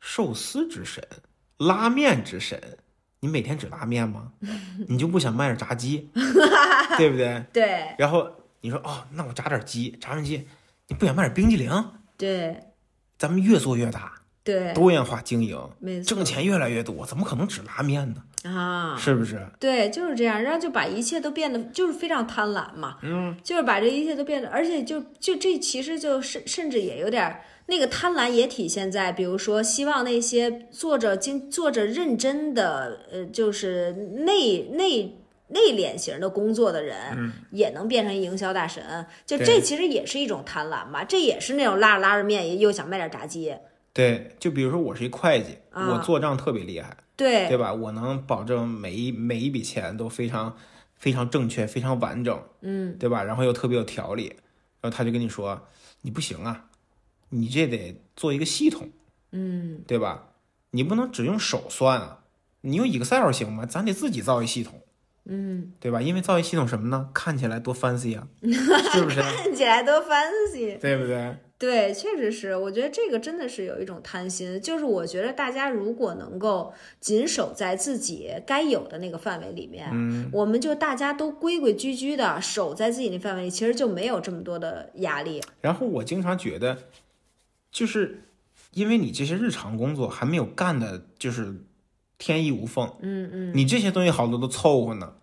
Speaker 2: 寿司之神、拉面之神，你每天只拉 面吗？你就不想卖点炸鸡，对不对？
Speaker 1: 对
Speaker 2: 然后你说哦，那我炸点鸡，炸完鸡，你不想卖点冰激凌？
Speaker 1: 对
Speaker 2: 咱们越做越大，
Speaker 1: 对，
Speaker 2: 多元化经营，
Speaker 1: 没错
Speaker 2: 挣钱越来越多，怎么可能只拉面呢？
Speaker 1: 啊，
Speaker 2: 是不是？
Speaker 1: 对，就是这样，然后就把一切都变得就是非常贪婪嘛，嗯，就是把这一切都变得，而且就就这其实就甚甚至也有点儿那个贪婪也体现在，比如说希望那些做着经做着认真的呃，就是内内。内敛型的工作的人、也能变成营销大神，就这
Speaker 2: 对
Speaker 1: 其实也是一种贪婪嘛，这也是那种拉着拉着面又想卖点炸鸡，
Speaker 2: 对，就比如说我是一会计，
Speaker 1: 啊
Speaker 2: 我做账特别厉害，
Speaker 1: 对，
Speaker 2: 对吧？我能保证每一每一笔钱都非常非常正确、非常完整，嗯，对吧？然后又特别有条理，然后他就跟你说，你不行啊，你这得做一个系统，嗯，对吧？你不能只用手算啊，你用 Excel 行吗？咱得自己造一系统，嗯，对吧？因为造一系统什么呢？看起来多 fancy 啊，是不是？
Speaker 1: 看起来多 fancy。
Speaker 2: 对不对？
Speaker 1: 对，确实是，我觉得这个真的是有一种贪心，就是我觉得大家如果能够谨守在自己该有的那个范围里面，我们就大家都规规矩矩的守在自己那范围里，其实就没有这么多的压力。
Speaker 2: 然后我经常觉得，就是因为你这些日常工作还没有干的，就是天衣无缝，
Speaker 1: 嗯嗯，
Speaker 2: 你这些东西好多都凑合呢，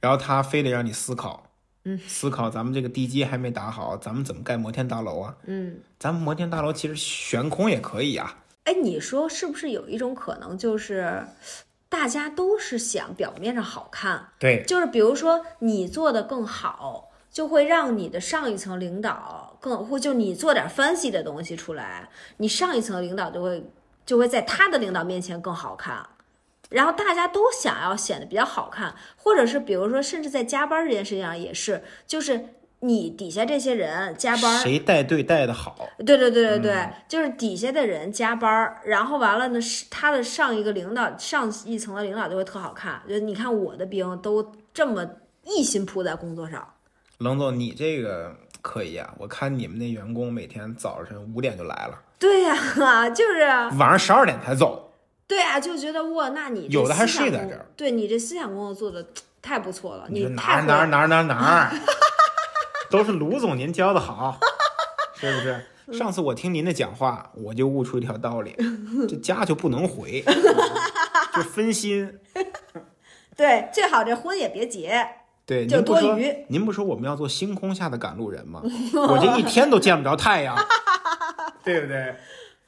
Speaker 2: 然后他非得让你思考，嗯，思考咱们这个地基还没打好，咱们怎么盖摩天大楼啊？
Speaker 1: 嗯，
Speaker 2: 咱们摩天大楼其实悬空也可以啊，
Speaker 1: 哎，你说是不是有一种可能，就是大家都是想表面上好看，
Speaker 2: 对
Speaker 1: 就是比如说你做的更好，就会让你的上一层领导更会，就你做点 fancy 的东西出来，你上一层领导就会就会在他的领导面前更好看。然后大家都想要显得比较好看，或者是比如说，甚至在加班这件事情上也是，就是你底下这些人加班，
Speaker 2: 谁带队带的好，
Speaker 1: 对对对对对，
Speaker 2: 嗯
Speaker 1: 就是底下的人加班儿，然后完了呢，是他的上一个领导、上一层的领导就会特好看，就你看我的兵都这么一心扑在工作上，
Speaker 2: 冷总你这个可以啊，我看你们那员工每天早晨五点就来了，
Speaker 1: 对呀、 就是
Speaker 2: 晚上十二点才走，
Speaker 1: 对呀、就觉得哇，那你这
Speaker 2: 有的还
Speaker 1: 思想
Speaker 2: 睡在
Speaker 1: 工
Speaker 2: 这儿，
Speaker 1: 对你这思想工作做的太不错了，
Speaker 2: 你说哪
Speaker 1: 太
Speaker 2: 儿
Speaker 1: 会
Speaker 2: 哪儿哪儿哪儿哪儿，都是卢总您教的好，是不是？上次我听您的讲话，我就悟出一条道理，这家就不能 回，就分心。
Speaker 1: 对，最好这婚也别结，
Speaker 2: 对，
Speaker 1: 就
Speaker 2: 您不
Speaker 1: 多
Speaker 2: 说
Speaker 1: 余
Speaker 2: 您不说我们要做星空下的赶 路人吗？我这一天都见不着太阳，对不对？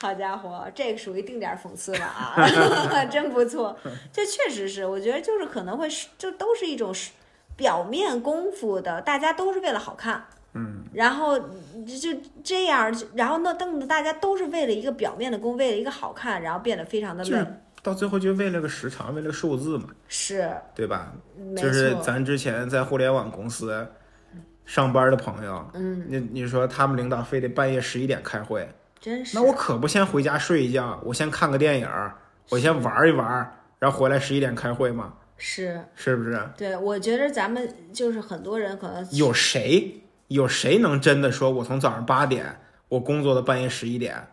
Speaker 1: 好家伙，这个属于定点儿讽刺了啊， 真不错。这确实是，我觉得就是可能会是，这都是一种是表面功夫的，大家都是为了好看。嗯，然后就就这样，然后那瞪着大家都是为了一个表面的功，为了一个好看，然后变得非常的
Speaker 2: 就
Speaker 1: 累
Speaker 2: 是。到最后就为了个时长，为了个数字嘛，
Speaker 1: 是，
Speaker 2: 对吧？
Speaker 1: 没
Speaker 2: 就是
Speaker 1: 错，
Speaker 2: 咱之前在互联网公司上班的朋友，嗯，你你说他们领导非得半夜十一点开会，
Speaker 1: 真是
Speaker 2: 那我可不先回家睡一觉，我先看个电影儿，我先玩一玩，然后回来十一点开会嘛，
Speaker 1: 是。
Speaker 2: 是不是？
Speaker 1: 对，我觉得咱们就是很多人可能
Speaker 2: 有谁有谁能真的说我从早上八点我工作到半夜十一点？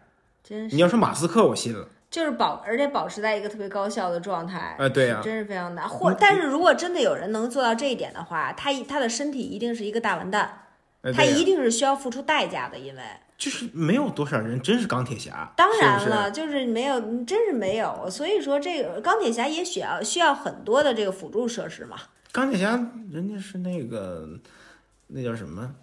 Speaker 1: 真是
Speaker 2: 你要是马斯克，我信了。
Speaker 1: 就是保，而且保持在一个特别高效的状态，
Speaker 2: 呃，对呀、
Speaker 1: 真哎是非常难。
Speaker 2: 嗯
Speaker 1: 或但是如果真的有人能做到这一点的话，他一他的身体一定是一个大完蛋，
Speaker 2: 呃
Speaker 1: 他
Speaker 2: 对呀、
Speaker 1: 一定是需要付出代价的，因为
Speaker 2: 就是没有多少人真是钢铁侠，
Speaker 1: 当然
Speaker 2: 是不是
Speaker 1: 了，就是没有，真是没有。所以说，这个钢铁侠也需要需要很多的这个辅助设施嘛，
Speaker 2: 钢铁侠人家是那个那叫什么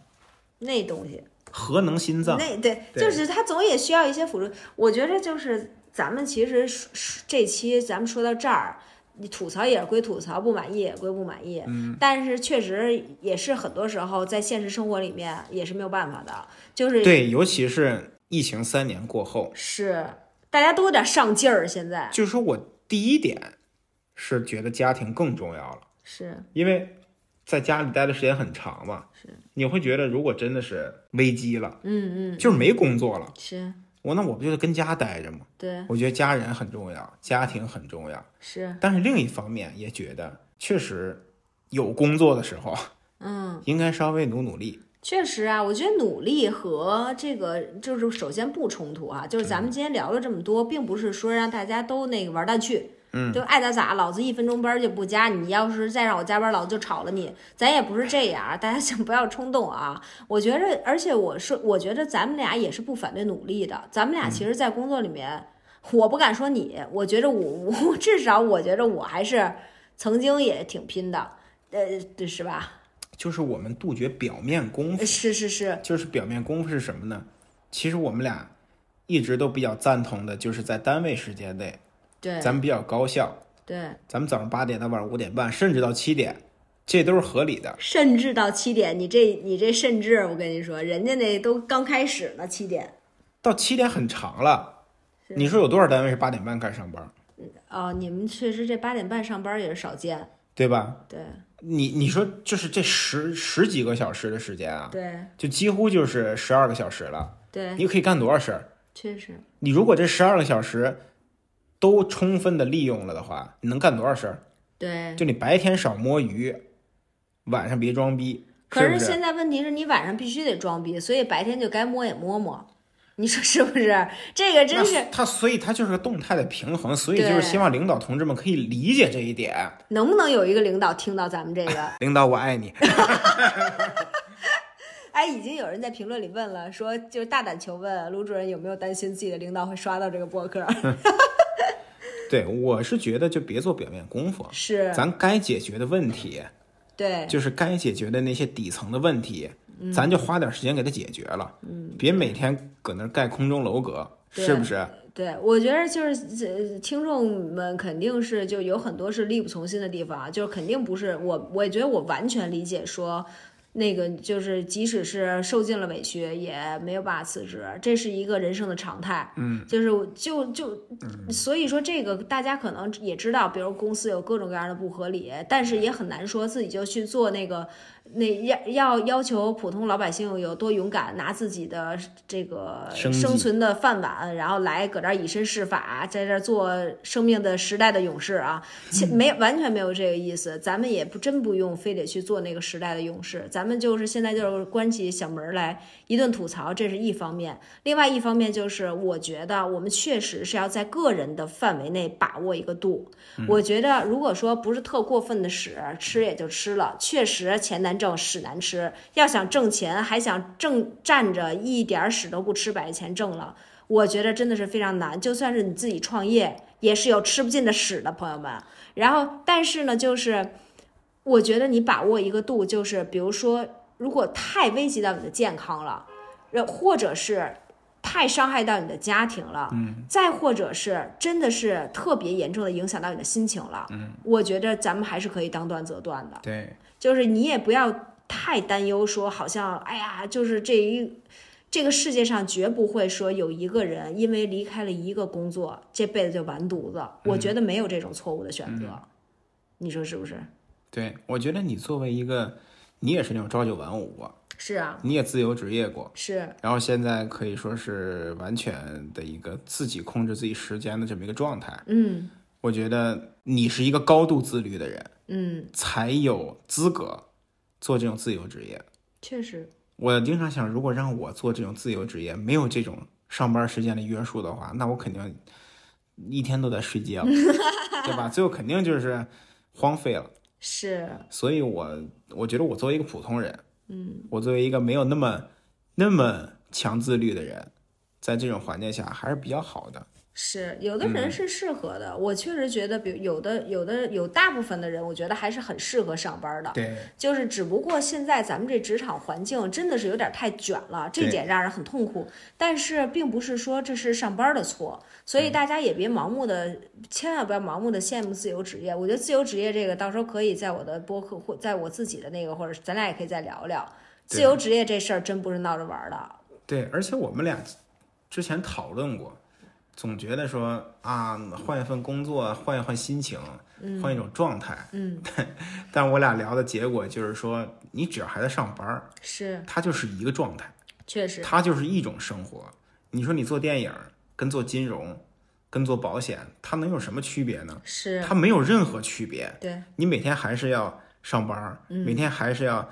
Speaker 1: 那东西，
Speaker 2: 核能心脏，
Speaker 1: 那对，
Speaker 2: 对
Speaker 1: 就是他总也需要一些辅助。我觉得就是咱们其实说说这期咱们说到这儿。你吐槽也归吐槽，不满意也归不满意，嗯，但是确实也是很多时候在现实生活里面也是没有办法的，就是
Speaker 2: 对，尤其是疫情三年过后，
Speaker 1: 是，大家都有点上劲儿，现在
Speaker 2: 就是说我第一点是觉得家庭更重要了，
Speaker 1: 是
Speaker 2: 因为在家里待的时间很长嘛，你会觉得如果真的是危机了，嗯嗯，就是没工作了，
Speaker 1: 是，
Speaker 2: 我那我不就是跟家待着吗？
Speaker 1: 对
Speaker 2: 我觉得家人很重要，家庭很重要，
Speaker 1: 是，
Speaker 2: 但是另一方面也觉得确实有工作的时候啊
Speaker 1: 嗯，
Speaker 2: 应该稍微努努力，
Speaker 1: 确实啊，我觉得努力和这个就是首先不冲突啊，就是咱们今天聊了这么多，并不是说让大家都那个玩蛋去。嗯，就爱咋咋，老子一分钟班儿就不加，你要是再让我加班儿，老子就炒了你。咱也不是这样啊，大家请不要冲动啊。我觉着，而且我是，我觉着咱们俩也是不反对努力的。咱们俩其实，在工作里面，我不敢说你，我觉着我我至少我觉着我还是曾经也挺拼的，呃，对是吧？
Speaker 2: 就是我们杜绝表面功夫，
Speaker 1: 是是是，
Speaker 2: 就是表面功夫是什么呢？其实我们俩一直都比较赞同的，就是在单位时间内，
Speaker 1: 对
Speaker 2: 咱们比较高效，
Speaker 1: 对，
Speaker 2: 咱们早上八点到晚上五点半，甚至到七点，这都是合理的。
Speaker 1: 甚至到七点，你这你这甚至我跟你说，人家那都刚开始呢，七点
Speaker 2: 到七点很长了，
Speaker 1: 是
Speaker 2: 你说有多少单位是八点半开始上班，
Speaker 1: 哦，你们确实这八点半上班也是少见，
Speaker 2: 对吧？
Speaker 1: 对
Speaker 2: 你你说就是这十十几个小时的时间啊，
Speaker 1: 对
Speaker 2: 就几乎就是十二个小时了，
Speaker 1: 对，
Speaker 2: 你可以干多少事儿？
Speaker 1: 确实
Speaker 2: 你如果这十二个小时都充分的利用了的话，你能干多少事儿？
Speaker 1: 对。
Speaker 2: 就你白天少摸鱼，晚上别装逼，
Speaker 1: 可
Speaker 2: 不
Speaker 1: 是
Speaker 2: 是？
Speaker 1: 现在问题是你晚上必须得装逼，所以白天就该摸也摸摸，你说是不是？这个真是
Speaker 2: 那他，所以他就是个动态的平衡，所以就
Speaker 1: 对
Speaker 2: 是希望领导同志们可以理解这一点。
Speaker 1: 能不能有一个领导听到咱们这个？
Speaker 2: 领导，我爱你。
Speaker 1: 哎，已经有人在评论里问了，说就是大胆求问卢主任有没有担心自己的领导会刷到这个播客？
Speaker 2: 对，我是觉得就别做表面功夫，
Speaker 1: 是，
Speaker 2: 咱该解决的问题，
Speaker 1: 对，嗯
Speaker 2: 就是该解决的那些底层的问题，咱就花点时间给它解决了，嗯、别每天搁那儿盖空中楼阁，
Speaker 1: 对
Speaker 2: 是不是？
Speaker 1: 对，我觉得就是呃听众们肯定是就有很多是力不从心的地方啊，就是肯定不是我，我也觉得我完全理解说。那个就是，即使是受尽了委屈，也没有办法辞职，这是一个人生的常态。嗯，就是我就就，
Speaker 2: 嗯
Speaker 1: 所以说这个大家可能也知道，比如公司有各种各样的不合理，但是也很难说自己就去做那个那要要要求普通老百姓有多勇敢，拿自己的这个
Speaker 2: 生
Speaker 1: 生
Speaker 2: 计
Speaker 1: 存的饭碗，然后来搁这儿以身试法，在这儿做生命的时代的勇士啊，其没完全没有这个意思。咱们也不真不用非得去做那个时代的勇士，咱们就是现在就是关起小门儿来一顿吐槽，这是一方面。另外一方面就是，我觉得我们确实是要在个人的范围内把握一个度。我觉得如果说不是特过分的使，吃也就吃了。确实钱难挣，屎难吃。要想挣钱，还想挣站着一点儿屎都不吃，把这钱挣了，我觉得真的是非常难。就算是你自己创业，也是有吃不尽的屎的，朋友们。然后，但是呢，就是我觉得你把握一个度，就是比如说，如果太危及到你的健康了，然或者是太伤害到你的家庭了，嗯，再或者是真的是特别严重的影响到你的心情了，嗯，我觉得咱们还是可以当断则断的，
Speaker 2: 对，
Speaker 1: 就是你也不要太担忧，说好像哎呀，就是这一这个世界上绝不会说有一个人因为离开了一个工作，这辈子就完犊子。我觉得没有这种错误的选择，你说是不是？
Speaker 2: 对，我觉得你作为一个，你也是那种朝九晚五啊，
Speaker 1: 是啊，
Speaker 2: 你也自由职业过，
Speaker 1: 是
Speaker 2: 然后现在可以说是完全的一个自己控制自己时间的这么一个状态。
Speaker 1: 嗯
Speaker 2: 我觉得你是一个高度自律的人，
Speaker 1: 嗯，
Speaker 2: 才有资格做这种自由职业。
Speaker 1: 确实
Speaker 2: 我经常想，如果让我做这种自由职业，没有这种上班时间的约束的话，那我肯定一天都在睡觉，对吧？最后肯定就是荒废了。
Speaker 1: 是，
Speaker 2: 所以我我觉得我作为一个普通人，嗯，我作为一个没有那么那么强自律的人，在这种环境下还是比较好的。
Speaker 1: 是，有的人是适合的，我确实觉得，比如有的、有的、有大部分的人，我觉得还是很适合上班的。
Speaker 2: 对，
Speaker 1: 就是只不过现在咱们这职场环境真的是有点太卷了，这
Speaker 2: 对
Speaker 1: 点让人很痛苦。但是并不是说这是上班的错，所以大家也别盲目的，千万不要盲目的羡慕自由职业。我觉得自由职业这个到时候可以在我的播客或在我自己的那个，或者是咱俩也可以再聊聊。
Speaker 2: 对
Speaker 1: 自由职业这事儿真不是闹着玩儿的，
Speaker 2: 对，而且我们俩之前讨论过，总觉得说啊，换一份工作，换一换心情，换一种状态。
Speaker 1: 嗯，
Speaker 2: 但我俩聊的结果就是说，你只要还在上班儿，
Speaker 1: 是，
Speaker 2: 它就是一个状态，
Speaker 1: 确实，
Speaker 2: 它就是一种生活。你说你做电影儿，跟做金融，跟做保险，它能有什么区别呢？
Speaker 1: 是，
Speaker 2: 它没有任何区别。
Speaker 1: 对，嗯
Speaker 2: 你每天还是要上班儿，每天还是要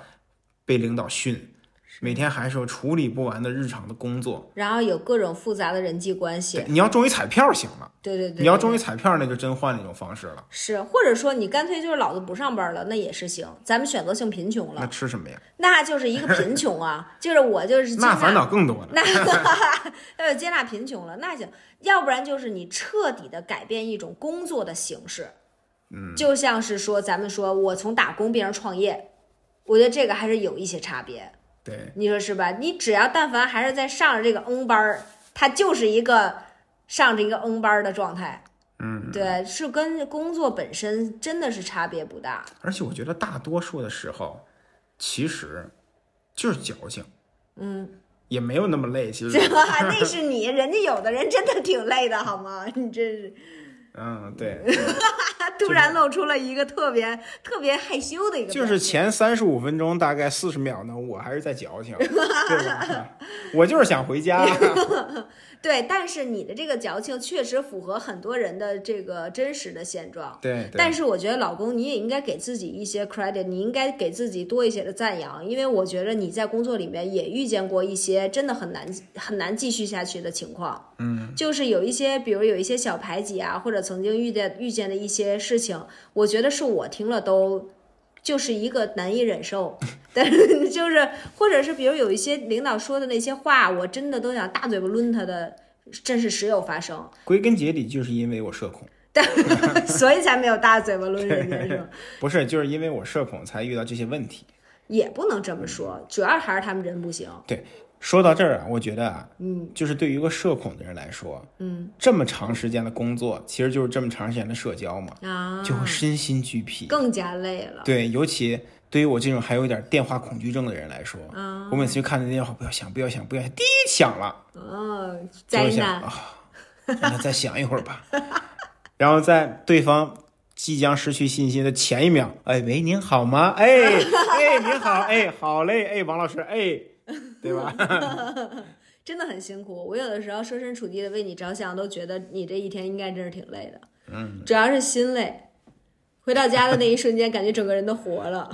Speaker 2: 被领导训，每天还是有处理不完的日常的工作。
Speaker 1: 然后有各种复杂的人际关系
Speaker 2: 对，，你要中一彩票行了，
Speaker 1: 对对对，
Speaker 2: 你要
Speaker 1: 对
Speaker 2: 中一彩票那就真换那种方式了。
Speaker 1: 是，或者说你干脆就是老子不上班了，那也是行。咱们选择性贫穷
Speaker 2: 那
Speaker 1: 了，
Speaker 2: 吃什么呀？
Speaker 1: 那就是一个 贫穷啊，就是我就是接
Speaker 2: 那烦
Speaker 1: 纳，
Speaker 2: 恼更多了。
Speaker 1: 那那就接纳贫穷了，那行。要不然就是你彻底的改变一种工作的形式，嗯，就像是说咱们说我从打工变成创业，我觉得这个还是有一些差别。
Speaker 2: 对，
Speaker 1: 你说是吧？你只要但凡还是在上着这个嗯班儿，它就是一个上着一个嗯班儿的状态。嗯，对，是跟工作本身真的是差别不大。
Speaker 2: 而且我觉得大多数的时候，其实就是矫情，
Speaker 1: 嗯，
Speaker 2: 也没有那么累。其
Speaker 1: 这
Speaker 2: 实，
Speaker 1: 那是你，人家有的人真的挺累的，好吗？你真是，
Speaker 2: 嗯， 对，
Speaker 1: 他突然露出了一个特别特别害羞的一个表情，
Speaker 2: 就是前三十五分钟大概四十秒呢，我还是在矫情，对吧？我就是想回家。
Speaker 1: 对。但是你的这个矫情确实符合很多人的这个真实的现状。
Speaker 2: 对，对
Speaker 1: 但是我觉得老公，你也应该给自己一些 credit，你应该给自己多一些的赞扬，因为我觉得你在工作里面也遇见过一些真的很难很难继续下去的情况。嗯，就是有一些，比如有一些小排挤啊，或者曾经遇见遇见的一些事情，我觉得是我听了都。就是一个难以忍受， 但是就是，或者是比如有一些领导说的那些话，我真的都想大嘴巴抡他的，真是时有发生。
Speaker 2: 归根结底，就是因为我社恐，
Speaker 1: 所以才没有大嘴巴抡人家，是吗？
Speaker 2: 不是，就是因为我社恐才遇到这些问题。
Speaker 1: 也不能这么说，主要还是他们人不行。
Speaker 2: 对，说到这儿啊，我觉得啊，
Speaker 1: 嗯，
Speaker 2: 就是对于一个社恐的人来说，
Speaker 1: 嗯，
Speaker 2: 这么长时间的工作，其实就是这么长时间的社交嘛，
Speaker 1: 啊，
Speaker 2: 就会身心俱疲。
Speaker 1: 更加累了。
Speaker 2: 对，尤其对于我这种还有一点电话恐惧症的人来说，
Speaker 1: 啊
Speaker 2: 我每次就看着电话，不要响，不要响，不要响，滴响了，
Speaker 1: 嗯，
Speaker 2: 就
Speaker 1: 灾
Speaker 2: 是想
Speaker 1: 难。
Speaker 2: 啊，让它再响一会儿吧。然后在对方即将失去信心的前一秒，哎，喂，您好吗？哎，哎，您好，哎，好嘞，哎，王老师，哎，对吧？
Speaker 1: 真的很辛苦，我有的时候设身处地的为你着想，都觉得你这一天应该真是挺累的。嗯，主要是心累。回到家的那一瞬间，感觉整个人都活 了。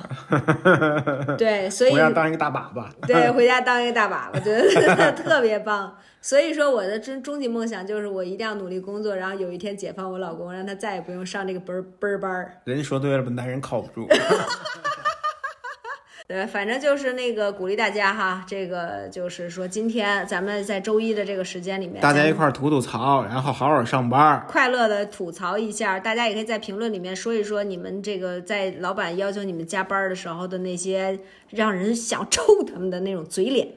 Speaker 1: 对，所以
Speaker 2: 我要当一个大粑粑。
Speaker 1: 对，回家当一个大粑粑，觉得 特别棒。所以说，我的终终极梦想就是我一定要努力工作，然后有一天解放我老公，让他再也不用上这个班儿班儿班儿。
Speaker 2: 人说对了吧，男人靠不 住。
Speaker 1: 对，反正就是那个鼓励大家哈，这个就是说，今天咱们在周一的这个时间里面，
Speaker 2: 大家一
Speaker 1: 咱们
Speaker 2: 块儿吐吐槽，然后好好上班儿。
Speaker 1: 快乐的吐槽一下，大家也可以在评论里面说一说你们这个在老板要求你们加班儿的时候的那些让人想抽他们的那种嘴脸。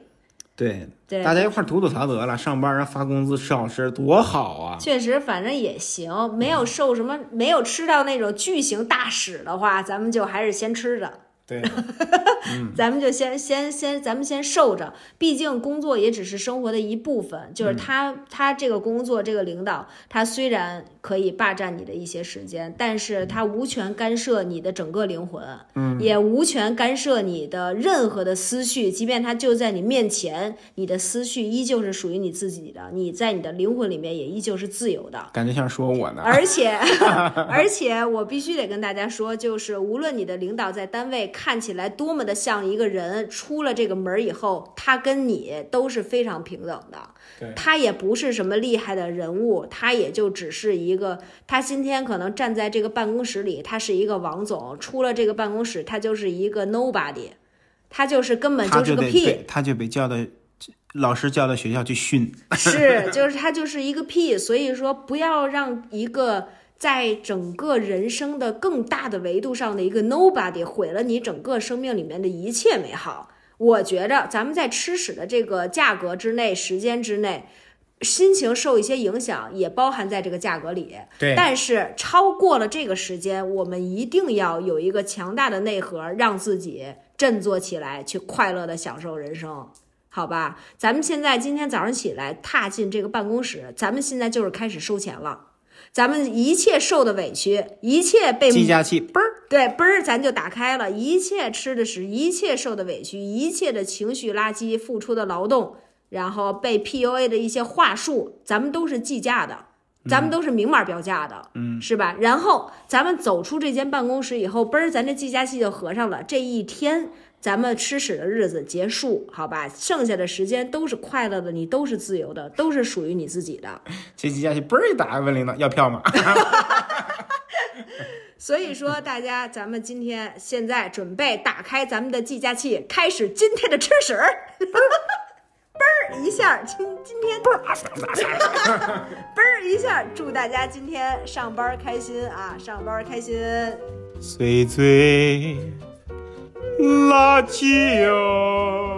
Speaker 2: 对，
Speaker 1: 对，
Speaker 2: 大家一块儿吐吐槽得了，上班儿然后发工资，吃好吃多好啊！
Speaker 1: 确实，反正也行，没有受什么，没有吃到那种巨型大屎的话，咱们就还是先吃着，
Speaker 2: 对，
Speaker 1: 咱们就先先先，咱们先受着。毕竟工作也只是生活的一部分，就是他、他这个工作，这个领导，他虽然可以霸占你的一些时间，但是他无权干涉你的整个灵魂，嗯，也无权干涉你的任何的思绪，即便他就在你面前，你的思绪依旧是属于你自己的，你在你的灵魂里面也依旧是自由的。
Speaker 2: 感觉像说我呢。
Speaker 1: 而 且，而且我必须得跟大家说，就是无论你的领导在单位看起来多么的像一个人，出了这个门儿以后，他跟你都是非常平等
Speaker 2: 对
Speaker 1: 的。他也不是什么厉害的人物，他也就只是一个，他今天可能站在这个办公室里，他是一个王总，出了这个办公室，他就是一个 nobody，他就是根本
Speaker 2: 他
Speaker 1: 是个
Speaker 2: 得
Speaker 1: 屁。
Speaker 2: 被他就被叫到老师叫到学校去训。
Speaker 1: 是，就是他就是一个屁，所以说不要让一个在整个人生的更大的维度上的一个 nobody 毁了你整个生命里面的一切美好。我觉着咱们在吃屎的这个价格之内、时间之内，心情受一些影响，也包含在这个价格里。
Speaker 2: 对
Speaker 1: 但是超过了这个时间，我们一定要有一个强大的内核，让自己振作起来，去快乐的享受人生，好吧？咱们现在今天早上起来踏进这个办公室，咱们现在就是开始收钱了。咱们一切受的委屈，一切被
Speaker 2: 计价器嘣儿，
Speaker 1: 对，嘣儿咱就打开了，一切吃的屎，一切受的委屈，一切的情绪垃圾，付出的劳动，然后被 PUA 的一些话术，咱们都是计价的，咱
Speaker 2: 嗯
Speaker 1: 们都是明码标价的，嗯，是吧？然后咱们走出这间办公室以后，嘣儿，咱这计价器就合上了，这一天咱们吃屎的日子结束，好吧？剩下的时间都是快乐的，你都是自由的，都是属于你自己的。
Speaker 2: 这期下去嘣儿一打，问领导要票吗？
Speaker 1: 所以说，大家，咱们今天现在准备打开咱们的计价器，开始今天的吃屎，嘣儿一下，今今天
Speaker 2: 嘣儿，
Speaker 1: 嘣儿一下，祝大家今天上班开心啊！上班开心，
Speaker 2: 碎嘴垃圾哟。